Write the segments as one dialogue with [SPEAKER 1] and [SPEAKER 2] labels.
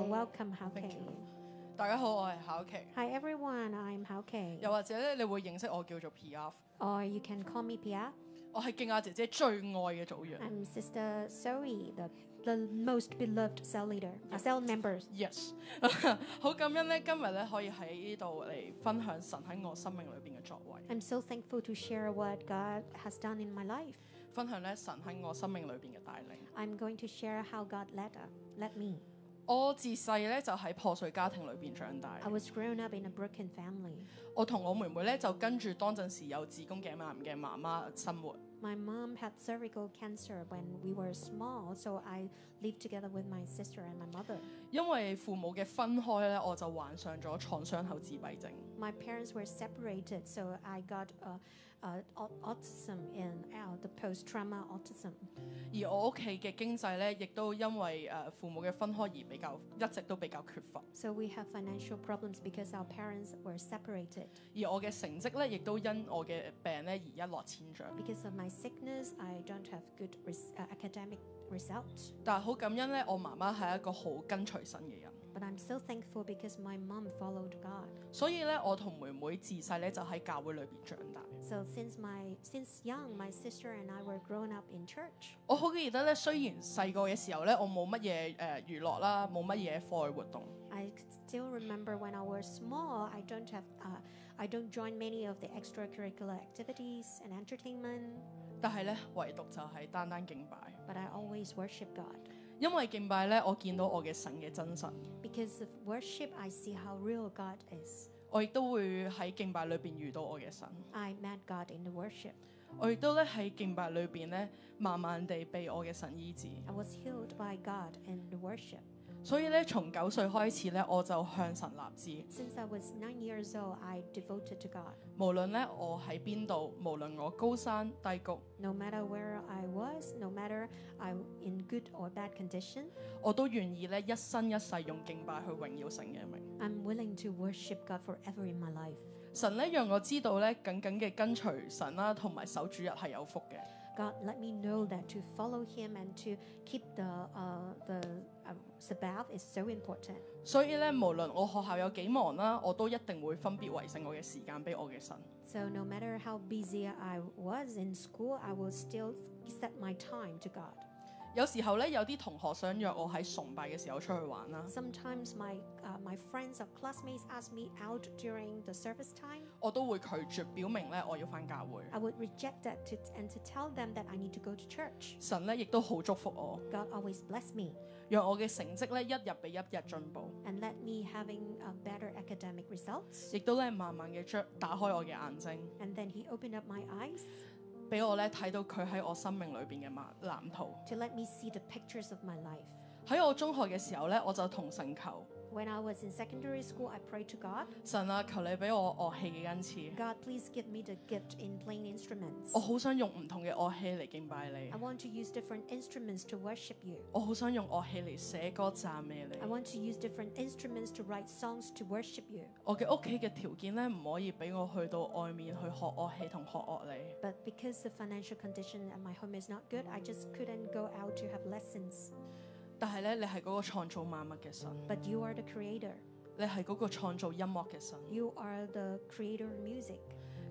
[SPEAKER 1] Welcome Hao
[SPEAKER 2] Thank
[SPEAKER 1] Kay.
[SPEAKER 2] 大家好，我係考奇，
[SPEAKER 1] Hi everyone, I'm Hao Kay.
[SPEAKER 2] 又或者咧，你會認識我叫做 P.F。
[SPEAKER 1] Or you can call me Pia.
[SPEAKER 2] 我係敬雅姐姐最愛嘅組員。
[SPEAKER 1] I'm Sister Zoe, the, the most beloved cell leader, uh, cell members.
[SPEAKER 2] Yes，好感恩咧，今日咧可以喺呢度嚟分享神喺我生命裏邊嘅作為，
[SPEAKER 1] I'm so thankful to share what God has done in my life.
[SPEAKER 2] 分享咧神喺我生命裏邊嘅帶領。
[SPEAKER 1] I'm going to share how God led, uh, led me.
[SPEAKER 2] 我自細咧就喺破碎家庭裏邊長大
[SPEAKER 1] I，was grown up in a broken family.
[SPEAKER 2] 我同我妹妹咧就跟住當陣時有子宮頸癌嘅媽媽生活。
[SPEAKER 1] My mom had cervical cancer when we were small, so I lived together with my sister and my mother.
[SPEAKER 2] 因為父母嘅分開咧，我就患上咗創傷後自閉症。
[SPEAKER 1] My parents were separated, so I got uh, uh, au- autism and uh, the post-trauma autism.
[SPEAKER 2] 而我屋企嘅經濟咧，亦都因為誒、呃父母嘅分開而比較一直都比較缺乏，
[SPEAKER 1] So we have financial problems because our parents were separated.
[SPEAKER 2] 而我嘅成績咧，亦都因我嘅病咧而一落千丈。
[SPEAKER 1] Because of my sickness, I don't have good res- uh, academic results.
[SPEAKER 2] 但係好感恩咧，我媽媽係一個好跟隨神嘅人，
[SPEAKER 1] But I'm so thankful because my mom followed God.
[SPEAKER 2] 所以咧我同妹妹自細咧就喺教會裏邊長大。
[SPEAKER 1] So since my since young, my sister and I were grown up in church.
[SPEAKER 2] 我好記得咧，雖然細個嘅時候咧，我冇乜嘢誒娛樂啦，冇乜嘢課外活動，
[SPEAKER 1] I c- still remember when I was small, I don't have, uh, I don't join many of the extracurricular activities and entertainment,
[SPEAKER 2] 但係咧唯獨就係單單敬拜，
[SPEAKER 1] but I always worship God.
[SPEAKER 2] 因為敬拜咧，我見到我嘅神嘅真實，
[SPEAKER 1] Because of worship, I see how real God is.
[SPEAKER 2] 我亦都會喺敬拜裏邊遇到我嘅神。
[SPEAKER 1] I met God in the worship.
[SPEAKER 2] 我亦都咧喺敬拜裏邊咧，慢慢地被我嘅神醫治。
[SPEAKER 1] I was healed by God in the worship.
[SPEAKER 2] 所以咧，從九歲開始咧，我就向神立志，
[SPEAKER 1] Since I was nine years old, I devoted to God.
[SPEAKER 2] 無論咧我喺邊度，無論我高山低谷，
[SPEAKER 1] No matter where I was, no matter I in good or bad condition,
[SPEAKER 2] 我都願意咧一生一世用敬拜去榮耀神嘅名。
[SPEAKER 1] I'm willing to worship God forever in my life.
[SPEAKER 2] 神咧讓我知道咧，緊緊嘅跟隨神啦，同埋守主日係有福嘅。
[SPEAKER 1] God, let me know that to follow Him and to keep the uh, the uh, Sabbath is so important.
[SPEAKER 2] 所以咧，無論我學校有幾忙啦，我都一定會分別為聖我嘅時間俾我嘅神。
[SPEAKER 1] So no matter how busy I was in school, I will still set my time to God.
[SPEAKER 2] 有時候咧，有啲同學想約我喺崇拜嘅時候出去玩啦，
[SPEAKER 1] Sometimes my uh, my friends or classmates ask me out during the service time.
[SPEAKER 2] 我都會拒絕，表明咧我要翻教會。
[SPEAKER 1] I would reject that to, and to tell them that I need to go to church.
[SPEAKER 2] 神咧亦都好祝福我，
[SPEAKER 1] God always bless me
[SPEAKER 2] 讓我嘅成績咧一日比一日進步，
[SPEAKER 1] and let me having uh, better academic results.
[SPEAKER 2] 亦都咧慢慢嘅將打開我嘅眼睛，
[SPEAKER 1] And then He opened up my eyes
[SPEAKER 2] 俾我咧睇到佢喺我生命裏邊嘅藍藍圖。
[SPEAKER 1] to let me see the pictures of my life.
[SPEAKER 2] 喺我中學嘅時候咧，我就同神求：
[SPEAKER 1] When I was in secondary school, I prayed to God,
[SPEAKER 2] 神啊，求你俾我樂器嘅恩賜，
[SPEAKER 1] God, please give me the gift in playing instruments.
[SPEAKER 2] 我好想用唔同嘅樂器嚟敬拜你
[SPEAKER 1] I，want to use different instruments to worship you.
[SPEAKER 2] 我好想用樂器嚟寫歌讚美
[SPEAKER 1] I
[SPEAKER 2] 你。
[SPEAKER 1] want to use different instruments to write songs to worship you.
[SPEAKER 2] 我嘅屋企嘅條件咧，唔可以俾我去到外面去學樂器同學樂理，
[SPEAKER 1] But because the financial condition at my home is not good, I just couldn't go out to have lessons.
[SPEAKER 2] 但係咧，你係嗰個創造萬物嘅神，
[SPEAKER 1] But you are the creator.
[SPEAKER 2] 你係嗰個創造音樂嘅神。
[SPEAKER 1] You are the creator of music.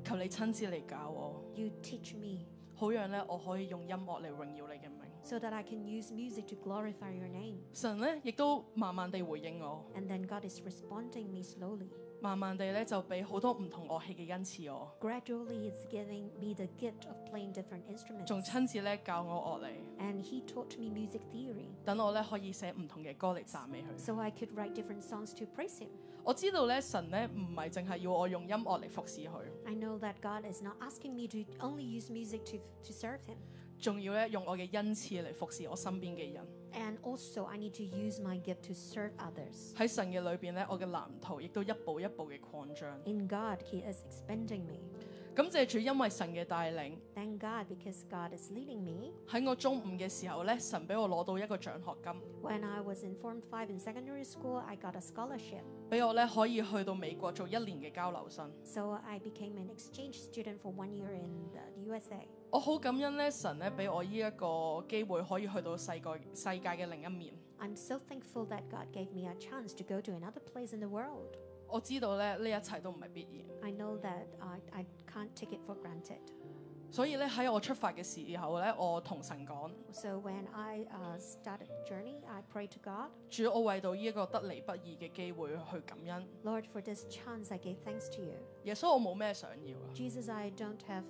[SPEAKER 2] 求你親自嚟教我，
[SPEAKER 1] You teach me
[SPEAKER 2] 好讓咧我可以用音樂嚟榮耀你嘅名。
[SPEAKER 1] so that I can use music to glorify your name.
[SPEAKER 2] 神咧亦都慢慢地回應我，
[SPEAKER 1] And then God is responding me slowly.
[SPEAKER 2] 慢慢地咧就俾好多唔同樂器嘅恩賜我，
[SPEAKER 1] Gradually, it's giving me the gift of playing different instruments.
[SPEAKER 2] 仲親自咧教我樂理，
[SPEAKER 1] And he taught me music theory
[SPEAKER 2] 等我咧可以寫唔同嘅歌嚟讚美佢。
[SPEAKER 1] so I could write different songs to praise him.
[SPEAKER 2] 我知道咧神咧唔係淨係要我用音樂嚟服侍佢，
[SPEAKER 1] I know that God is not asking me to only use music to, to serve him.
[SPEAKER 2] 仲要咧用我嘅恩賜嚟服侍我身邊嘅人。
[SPEAKER 1] And also, I need to use my gift to serve others.
[SPEAKER 2] 喺神嘅裏邊咧，我嘅藍圖亦都一步一步嘅擴張。
[SPEAKER 1] In God, he is expanding me.
[SPEAKER 2] 感謝主，因為神嘅帶領，
[SPEAKER 1] Thank God because God is leading me.
[SPEAKER 2] 喺我中午嘅時候咧，神俾我攞到一個獎學金。
[SPEAKER 1] When I was in Form 5 in secondary school, I got a scholarship.
[SPEAKER 2] 俾我咧可以去到美國做一年嘅交流生。
[SPEAKER 1] So I became an exchange student for one year in the USA.
[SPEAKER 2] 我好感恩咧，神咧俾我呢一個機會可以去到世界世界嘅另一面。
[SPEAKER 1] I'm so thankful that God gave me a chance to go to another place in the world.
[SPEAKER 2] 我知道咧呢一切都唔係必
[SPEAKER 1] I know that I, I can't take it for granted.
[SPEAKER 2] 然，所以咧喺我出發嘅時候咧，我同神講：
[SPEAKER 1] So when I uh, started journey, I prayed to God,
[SPEAKER 2] 主，我為到呢一個得嚟不易嘅機會去感恩。
[SPEAKER 1] Lord, for this chance I gave thanks to you.
[SPEAKER 2] 耶穌，我冇咩想要啊，
[SPEAKER 1] Jesus, I don't have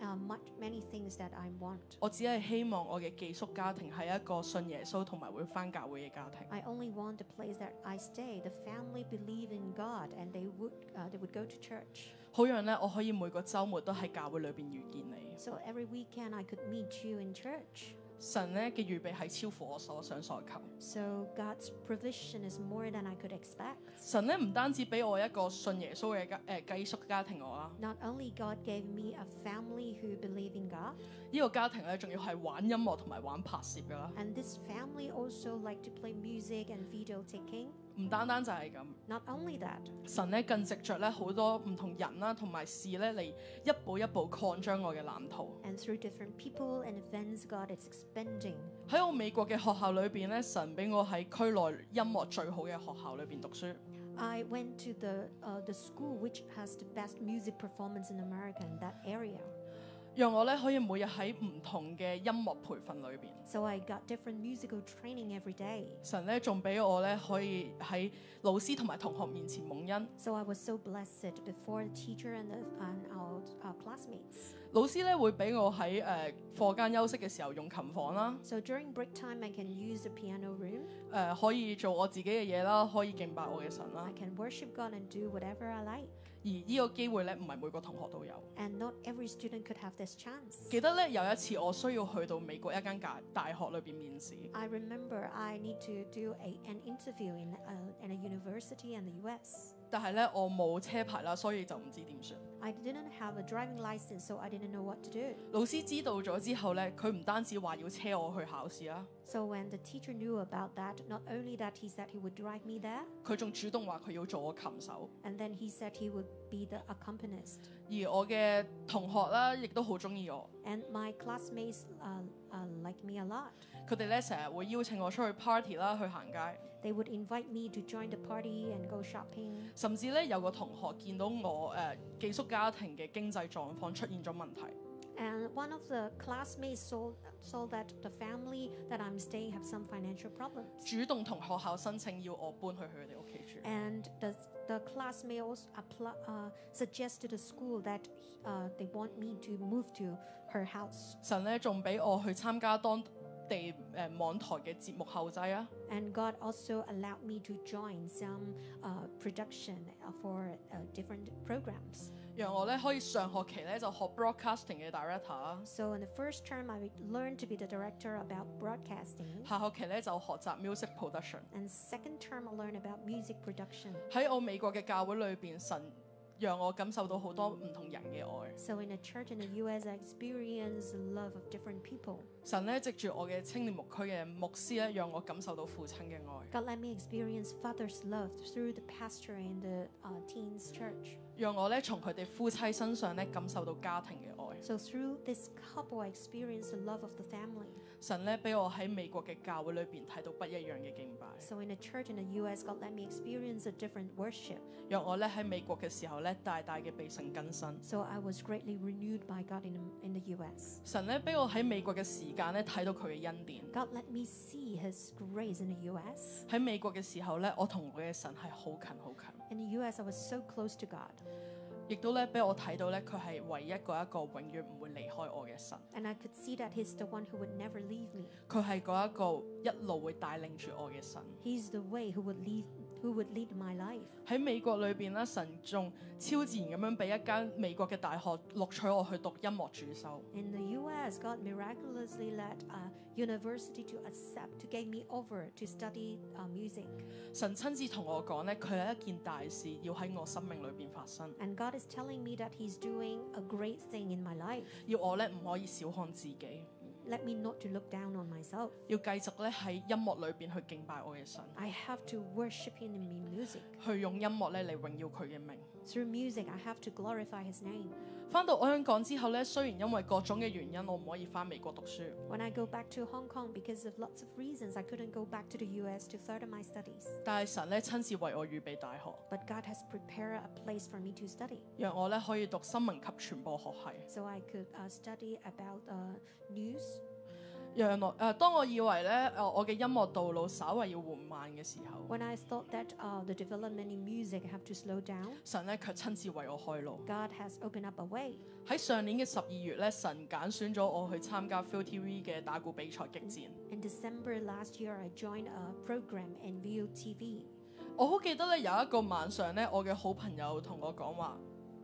[SPEAKER 1] uh, much, many things that I want.
[SPEAKER 2] 我只係希望我嘅寄宿家庭係一個信耶穌同埋會返教會嘅家庭。
[SPEAKER 1] I only want the place that I stay. The family believe in God, and they would uh, they would go to church.
[SPEAKER 2] 好讓咧，我可以每個週末都喺教會裏邊遇見你。
[SPEAKER 1] So every weekend I could meet you in church.
[SPEAKER 2] 神咧嘅預備係超乎我所想所求。
[SPEAKER 1] So God's provision is more than I could expect.
[SPEAKER 2] 神咧唔單止俾我一個信耶穌嘅家誒寄宿家庭我啦，
[SPEAKER 1] Not only God gave me a family who believe in God,
[SPEAKER 2] 呢、個家庭咧仲要係玩音樂同埋玩拍攝噶啦，
[SPEAKER 1] and this family also like to play music and video taking.
[SPEAKER 2] 唔單單就係咁。
[SPEAKER 1] Not only that,
[SPEAKER 2] 神咧更藉着咧好多唔同人啦，同埋事咧嚟一步一步擴張我嘅藍圖。
[SPEAKER 1] and through different people and events, God is expanding.
[SPEAKER 2] 喺我美國嘅學校裏邊咧，神俾我喺區內音樂最好嘅學校裏邊讀書。
[SPEAKER 1] I went to the uh, the school which has the best music performance in America in that area.
[SPEAKER 2] 讓我咧可以每日喺唔同嘅音樂培訓裏邊，
[SPEAKER 1] So I got different musical training every day.
[SPEAKER 2] 神咧仲俾我咧可以喺老師同埋同學面前蒙恩。
[SPEAKER 1] So I was so blessed before the teacher and, the, and our, our classmates.
[SPEAKER 2] 老師咧會俾我喺誒課間休息嘅時候用琴房啦，
[SPEAKER 1] So during break time, I can use the piano room.
[SPEAKER 2] 誒、可以做我自己嘅嘢啦，可以敬拜我嘅神啦
[SPEAKER 1] I。can worship God and do whatever I like.
[SPEAKER 2] 而呢個機會咧唔係每個同學都有。
[SPEAKER 1] And not every student could have this chance.
[SPEAKER 2] 記得咧有一次我需要去到美國一間大大學裏邊面試，
[SPEAKER 1] I remember I need to do a, an interview in a, in a university in the US.
[SPEAKER 2] 但係咧我冇車牌啦，所以就唔知點算。
[SPEAKER 1] I didn't have a driving license, so I didn't know what to do.
[SPEAKER 2] 老師知道咗之後咧，佢唔單止話要車我去考試啦，
[SPEAKER 1] So when the teacher knew about that, not only that he said he would drive me there,
[SPEAKER 2] 佢仲主動話佢要做我琴手。
[SPEAKER 1] and then he said he would be the accompanist.
[SPEAKER 2] 而我嘅同學啦，亦都好中意我，
[SPEAKER 1] And my classmates uh, uh, liked me a lot.
[SPEAKER 2] 佢哋咧成日會邀請我出去 party 啦，去行街。
[SPEAKER 1] They would invite me to join the party and go shopping.
[SPEAKER 2] 甚至咧有個同學見到我誒、呃寄宿家庭嘅經濟狀況出現咗問題，
[SPEAKER 1] And one of the classmates saw, saw that the family that I'm staying have some financial problems.
[SPEAKER 2] 主動同學校申請要我搬去佢哋屋企住。
[SPEAKER 1] And the, the classmate also apply, uh, suggested to the school that uh, they want me to move to her house.
[SPEAKER 2] 神咧仲俾我去參加當地誒、呃、網台嘅節目後製啊，
[SPEAKER 1] And God also allowed me to join some uh, production uh, for uh, different programs.
[SPEAKER 2] 讓我咧可以上學期咧就學 broadcasting 嘅 director 啊啦，
[SPEAKER 1] So in the first term, I learned to be the director about broadcasting.
[SPEAKER 2] 下學期咧就學習 music production。
[SPEAKER 1] And second term, I learned about music production.
[SPEAKER 2] 喺我美國嘅教會裏邊，神讓我感受到好多唔同人嘅愛。
[SPEAKER 1] So in a church in the U.S., I experienced the love of different people.
[SPEAKER 2] 神咧藉住我嘅青年牧區嘅牧師咧，讓我感受到父親嘅愛。
[SPEAKER 1] God let me experience Father's love through the pastor in the uh, teens church.
[SPEAKER 2] 讓我咧從佢哋夫妻身上咧感受到家庭嘅愛。
[SPEAKER 1] So through this couple, I experienced the love of the family.
[SPEAKER 2] 神咧俾我喺美國嘅教會裏邊睇到不一樣嘅敬拜，
[SPEAKER 1] So in a church in the U.S., God let me experience a different worship.
[SPEAKER 2] 讓我咧喺美國嘅時候咧大大嘅被神更新。
[SPEAKER 1] So I was greatly renewed by God in, in the U.S.
[SPEAKER 2] 神咧俾我喺美國嘅時間咧睇到佢嘅恩典。
[SPEAKER 1] God let me see His grace in the U.S.
[SPEAKER 2] 喺美國嘅時候咧，我同我嘅神係好近好近，
[SPEAKER 1] In the U.S., I was so close to God,
[SPEAKER 2] 亦都咧俾我睇到咧佢係唯一嗰一個永遠唔會離開我嘅神。
[SPEAKER 1] and I could see that He's the one who would never leave me.
[SPEAKER 2] 佢係嗰一個一路會帶領住我嘅神。
[SPEAKER 1] He's the way who would lead, who would lead my life.
[SPEAKER 2] 喺美國裏邊咧，神仲超自然咁樣俾一間美國嘅大學錄取我去讀音樂主修。
[SPEAKER 1] In the U.S., God miraculously led a university to accept to give me over to study uh, music,
[SPEAKER 2] 神親自同我講咧，佢係一件大事，要喺我生命裏邊發生，
[SPEAKER 1] and God is telling me that He's doing a great thing in my life.
[SPEAKER 2] 要我咧唔可以小看自己，
[SPEAKER 1] Let me not to look down on myself.
[SPEAKER 2] 要繼續咧喺音樂裏邊去敬拜我嘅神，
[SPEAKER 1] I have to worship Him in music.
[SPEAKER 2] 去用音樂咧嚟榮耀佢嘅名。
[SPEAKER 1] Through music, I have to glorify His name.
[SPEAKER 2] 翻到香港之後呢，雖然因為各種嘅原因，我唔可以翻美國讀書，
[SPEAKER 1] When I go back to Hong Kong, because of lots of reasons, I couldn't go back to the US to further my studies.
[SPEAKER 2] 但係神呢親自為我預備大學，
[SPEAKER 1] But God has prepared a place for me to study.
[SPEAKER 2] 讓我呢可以讀新聞及傳播學系。
[SPEAKER 1] So I could uh, study about uh, news.
[SPEAKER 2] 讓我誒、呃，當我以為呢，誒、我嘅音樂道路稍為要緩慢嘅時候，
[SPEAKER 1] When I thought that uh, the development in music have to slow down,
[SPEAKER 2] 神呢卻親自為我開路。
[SPEAKER 1] God has opened up a way.
[SPEAKER 2] 喺上年嘅十二月呢，神揀選咗我去參加 Feel TV 嘅打鼓比賽激戰。
[SPEAKER 1] In December last year, I joined a program in VOTV.
[SPEAKER 2] 我好記得呢，有一個晚上呢，我嘅好朋友同我講話：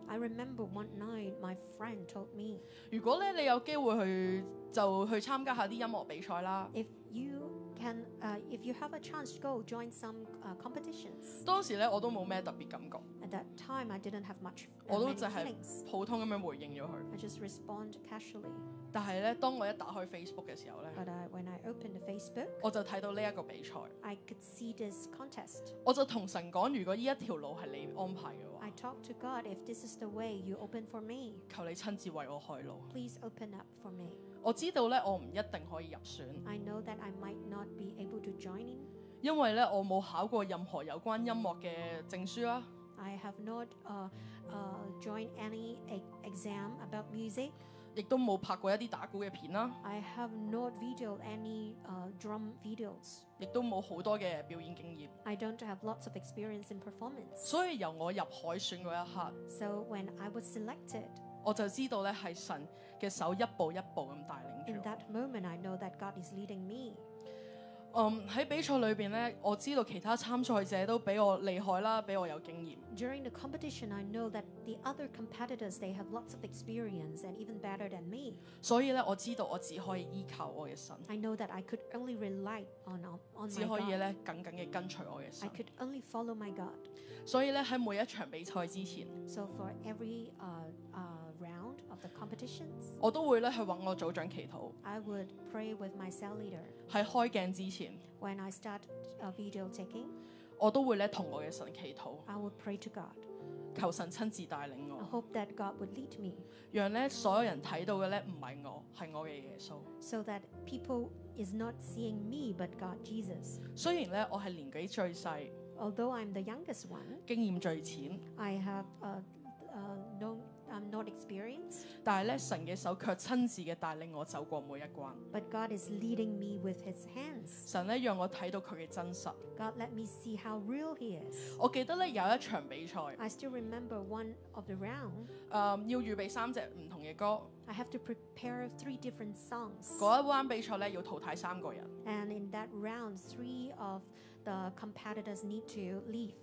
[SPEAKER 1] I remember one night my friend told me,
[SPEAKER 2] 如果呢，你有機會去就去參加下啲音樂比賽啦。
[SPEAKER 1] if you can, uh, if you have a chance to go join some uh, competitions.
[SPEAKER 2] 當時咧我都冇咩特別感覺，
[SPEAKER 1] At that time, I didn't have much uh,
[SPEAKER 2] 我都
[SPEAKER 1] many
[SPEAKER 2] 就係
[SPEAKER 1] feelings.
[SPEAKER 2] 普通咁樣回應咗佢。
[SPEAKER 1] I just respond casually.
[SPEAKER 2] 但係咧，當我一打開 Facebook 嘅時候咧，
[SPEAKER 1] But uh, when I opened the Facebook,
[SPEAKER 2] 我就睇到呢一個比賽，
[SPEAKER 1] I could see this contest.
[SPEAKER 2] 我就同神講：如果呢一條路係你安排嘅話
[SPEAKER 1] I，talked to God, if this is the way you open for me,
[SPEAKER 2] 求你親自為我開路。
[SPEAKER 1] please open up for me.
[SPEAKER 2] 我知道咧，我唔一定可以入選，
[SPEAKER 1] I know that I might not be able to join in.
[SPEAKER 2] 因為咧我冇考過任何有關音樂嘅證書啦。
[SPEAKER 1] I have not uh, uh, joined any e- exam about music.
[SPEAKER 2] 亦都冇拍過一啲打鼓嘅片啦，
[SPEAKER 1] I have not videoed any uh, drum videos.
[SPEAKER 2] 亦都冇好多嘅表演經驗，
[SPEAKER 1] I don't have lots of experience in performance.
[SPEAKER 2] 所以由我入海選嗰一刻，
[SPEAKER 1] So when I was selected,
[SPEAKER 2] 我就知道咧係神嘅手一步一步咁帶領住
[SPEAKER 1] in
[SPEAKER 2] 我。
[SPEAKER 1] that moment, I know that God is leading me.
[SPEAKER 2] 嗯，喺比賽裏邊咧，我知道其他參賽者都比我厲害啦，比我有經驗。
[SPEAKER 1] During the competition, I know that the other competitors they have lots of experience and even better than me.
[SPEAKER 2] 所以咧，我知道我只可以依靠我嘅神，
[SPEAKER 1] I know that I could only rely on on- on
[SPEAKER 2] 只
[SPEAKER 1] Oh my
[SPEAKER 2] 可以
[SPEAKER 1] God.
[SPEAKER 2] 咧緊緊嘅跟隨我嘅
[SPEAKER 1] I
[SPEAKER 2] 神。
[SPEAKER 1] could only follow my God.
[SPEAKER 2] 所以咧喺每一場比賽之前，
[SPEAKER 1] So for every uh, uh, round of the competitions,
[SPEAKER 2] 我都會咧去揾我組長祈禱。
[SPEAKER 1] I would pray with my cell leader.
[SPEAKER 2] 喺開鏡之前，
[SPEAKER 1] When I start a video taking,
[SPEAKER 2] 我都會咧同我嘅神祈禱，
[SPEAKER 1] I would pray to God.
[SPEAKER 2] 求神親自帶領
[SPEAKER 1] I
[SPEAKER 2] 我，
[SPEAKER 1] hope that God would lead me
[SPEAKER 2] 讓咧所有人睇到嘅咧唔係我，係我嘅耶穌。
[SPEAKER 1] so that people is not seeing me but God Jesus.
[SPEAKER 2] 雖然咧我係年紀最細，
[SPEAKER 1] Although I'm the youngest one,
[SPEAKER 2] 經驗最淺，
[SPEAKER 1] I have uh, uh, no, I'm not experienced,
[SPEAKER 2] 但係咧神嘅手卻親自嘅帶領我走過每一關。
[SPEAKER 1] but God is leading me with His hands.
[SPEAKER 2] 神咧讓我睇到佢嘅真實。
[SPEAKER 1] God let me see how real He is.
[SPEAKER 2] 我記得咧有一場比賽，誒、
[SPEAKER 1] I still remember one of the round.
[SPEAKER 2] 要預備三隻唔同嘅歌。
[SPEAKER 1] I have to prepare three different songs,
[SPEAKER 2] 嗰一彎比賽咧要淘汰三個人，
[SPEAKER 1] and in that round, three of the competitors need to leave,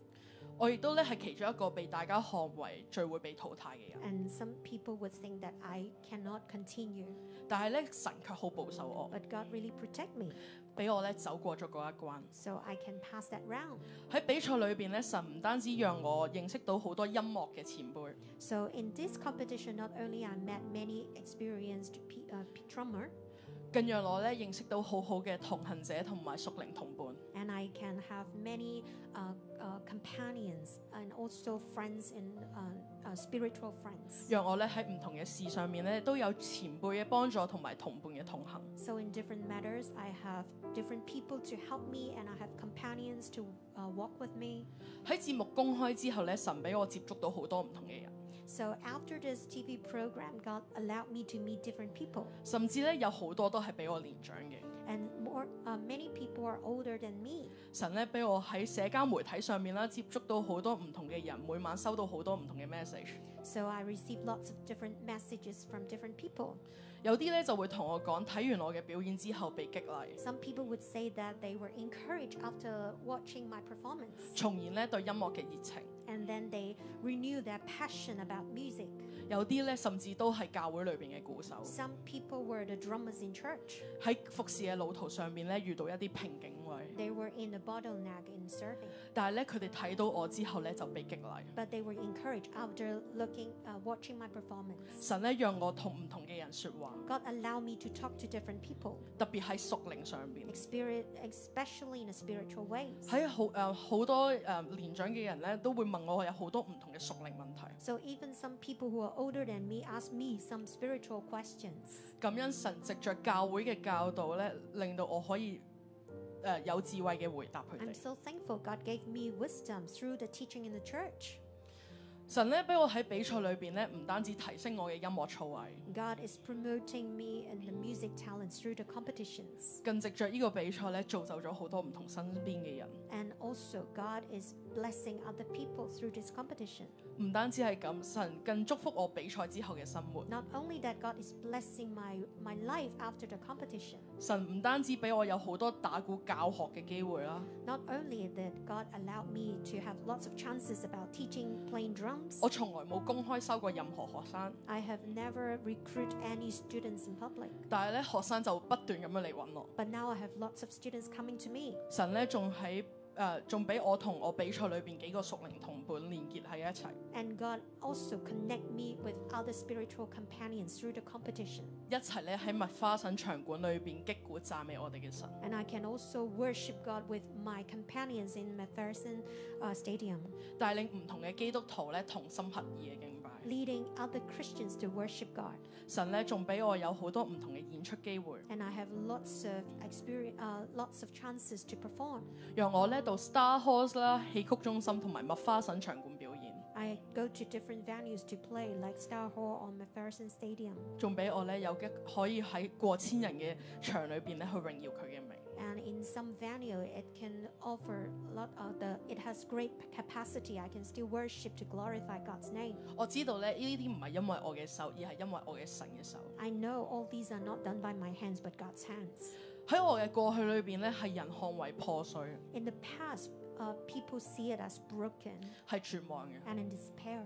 [SPEAKER 2] 我亦都咧係其中一個被大家看為最會被淘汰嘅人。
[SPEAKER 1] and some people would think that I cannot continue.
[SPEAKER 2] 但係咧神卻好保守我，
[SPEAKER 1] But God really protect me,
[SPEAKER 2] 俾我咧走過咗嗰一關。
[SPEAKER 1] so I can pass that round.
[SPEAKER 2] 喺比賽裏邊咧，神唔單止讓我認識到好多音樂嘅前輩，
[SPEAKER 1] So in this competition, not only I met many experienced p- uh, p- drummer,
[SPEAKER 2] 更讓我咧認識到好好嘅同行者同埋屬靈同伴。
[SPEAKER 1] and I can have many uh, uh, companions and also friends in uh, uh, spiritual friends.
[SPEAKER 2] 讓我咧喺唔同嘅事上面咧都有前輩嘅幫助同埋同伴嘅同行。
[SPEAKER 1] So in different matters, I have different people to help me, and I have companions to uh, walk with me.
[SPEAKER 2] 喺節目公開之後咧，神俾我接觸到好多唔同嘅人，
[SPEAKER 1] So after this TV program, God allowed me to meet different people,
[SPEAKER 2] 甚至咧有好多都係比我年長嘅。
[SPEAKER 1] and more uh, many people are older than me.
[SPEAKER 2] 神咧俾我喺社交媒體上面啦，接觸到好多唔同嘅人，每晚收到好多唔同嘅 message。
[SPEAKER 1] So I received lots of different messages from different people.
[SPEAKER 2] 有啲咧就會同我講，睇完我嘅表演之後被激勵，
[SPEAKER 1] Some people would say that they were encouraged after watching my performance,
[SPEAKER 2] 從而咧對音樂嘅熱情。
[SPEAKER 1] and then they renew their passion about music.
[SPEAKER 2] 有啲咧甚至都係教會裏邊嘅鼓手，
[SPEAKER 1] Some people were the drummers in church.
[SPEAKER 2] 喺服侍嘅路途上面咧遇到一啲瓶頸位，
[SPEAKER 1] They were in the bottleneck in serving.
[SPEAKER 2] 但係咧佢哋睇到我之後咧就被激勵。
[SPEAKER 1] but they were encouraged after looking, uh, watching my performance.
[SPEAKER 2] 神咧讓我同唔同嘅人説話，
[SPEAKER 1] God allowed me to talk to different people,
[SPEAKER 2] 特別喺屬靈上邊，
[SPEAKER 1] experi- especially in a spiritual ways.
[SPEAKER 2] 喺好誒好多誒、呃、年長嘅人咧都會問我有好多唔同嘅屬靈問題。
[SPEAKER 1] So even some people who are older than me ask me some spiritual questions.
[SPEAKER 2] 感恩神藉着教會嘅教導咧，令到我可以誒、呃有智慧嘅回答佢
[SPEAKER 1] I'm
[SPEAKER 2] 哋。
[SPEAKER 1] so thankful God gave me wisdom through the teaching in the church.
[SPEAKER 2] 神咧俾我喺比賽裏邊咧，唔單止提升我嘅音樂造詣，
[SPEAKER 1] God is promoting me and the music talents through the competitions.
[SPEAKER 2] 更藉着呢個比賽咧，造就咗好多唔同身邊嘅人。
[SPEAKER 1] And also, God is blessing other people through this competition.
[SPEAKER 2] 唔單止係咁，神更祝福我比賽之後嘅生活。
[SPEAKER 1] Not only that, God is blessing my, my life after the competition.
[SPEAKER 2] 神唔單止俾我有好多打鼓教學嘅機會啦，
[SPEAKER 1] Not only that, God allowed me to have lots of chances about teaching playing drums.
[SPEAKER 2] 我從來冇公開收過任何學生，
[SPEAKER 1] I have never recruit any students in public.
[SPEAKER 2] 但係咧學生就不斷咁樣嚟揾我。
[SPEAKER 1] But now I have lots of students coming to me.
[SPEAKER 2] 神咧仲喺誒仲俾我同我比賽裏邊幾個屬靈同伴連結喺一齊，
[SPEAKER 1] And God also connect me with other spiritual companions through the competition.
[SPEAKER 2] 一齊咧喺麥花臣場館裏邊擊鼓讚美我哋嘅神。
[SPEAKER 1] And I can also worship God with my companions in McPherson uh, Stadium,
[SPEAKER 2] 帶領唔同嘅基督徒咧同心合意嘅敬拜。
[SPEAKER 1] leading other Christians to worship God.
[SPEAKER 2] 神咧仲俾我有好多唔同嘅演出機會，
[SPEAKER 1] And I have lots of experience, uh, lots of chances to perform.
[SPEAKER 2] 讓我咧到 Star Horse 啦、戲曲中心同埋麥花臣場館表演，
[SPEAKER 1] I go to different venues to play, like Star Hall or McPherson Stadium.
[SPEAKER 2] 仲俾我咧有一可以喺過千人嘅場裏邊咧去榮耀佢嘅名。
[SPEAKER 1] And in some venue, it can offer a lot of the. It has great capacity. I can still worship to glorify God's name.
[SPEAKER 2] 我知道咧呢啲唔係因為我嘅手，而係因為我嘅神嘅手。
[SPEAKER 1] I know all these are not done by my hands, but God's hands.
[SPEAKER 2] 喺我嘅過去裏邊咧，係人看為破碎，
[SPEAKER 1] In the past, uh, people see it as broken
[SPEAKER 2] 係絕望嘅，
[SPEAKER 1] and in despair.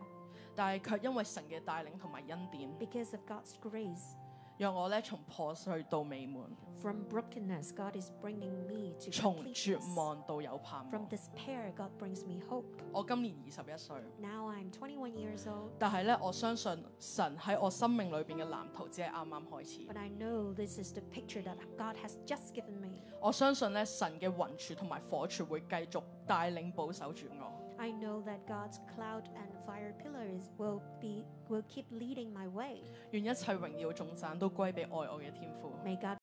[SPEAKER 2] 但係卻因為神嘅帶領同埋恩典，
[SPEAKER 1] Because of God's grace,
[SPEAKER 2] 讓我咧從破碎到美滿，
[SPEAKER 1] from brokenness, God is bringing me to
[SPEAKER 2] 從
[SPEAKER 1] completeness.
[SPEAKER 2] 絕望到有盼
[SPEAKER 1] From
[SPEAKER 2] 望。
[SPEAKER 1] despair, God brings me hope.
[SPEAKER 2] 我今年二十一歲，
[SPEAKER 1] Now I'm 21 years old,
[SPEAKER 2] 但係咧，我相信神喺我生命裏邊嘅藍圖只係啱啱開始。
[SPEAKER 1] but I know this is the picture that God has just given me.
[SPEAKER 2] 我相信咧，神嘅雲柱同埋火柱會繼續帶領保守住我。
[SPEAKER 1] I know that God's cloud and fire pillars will be will keep leading my way.
[SPEAKER 2] 願一切榮耀頌讚都歸俾愛我嘅天父。
[SPEAKER 1] May God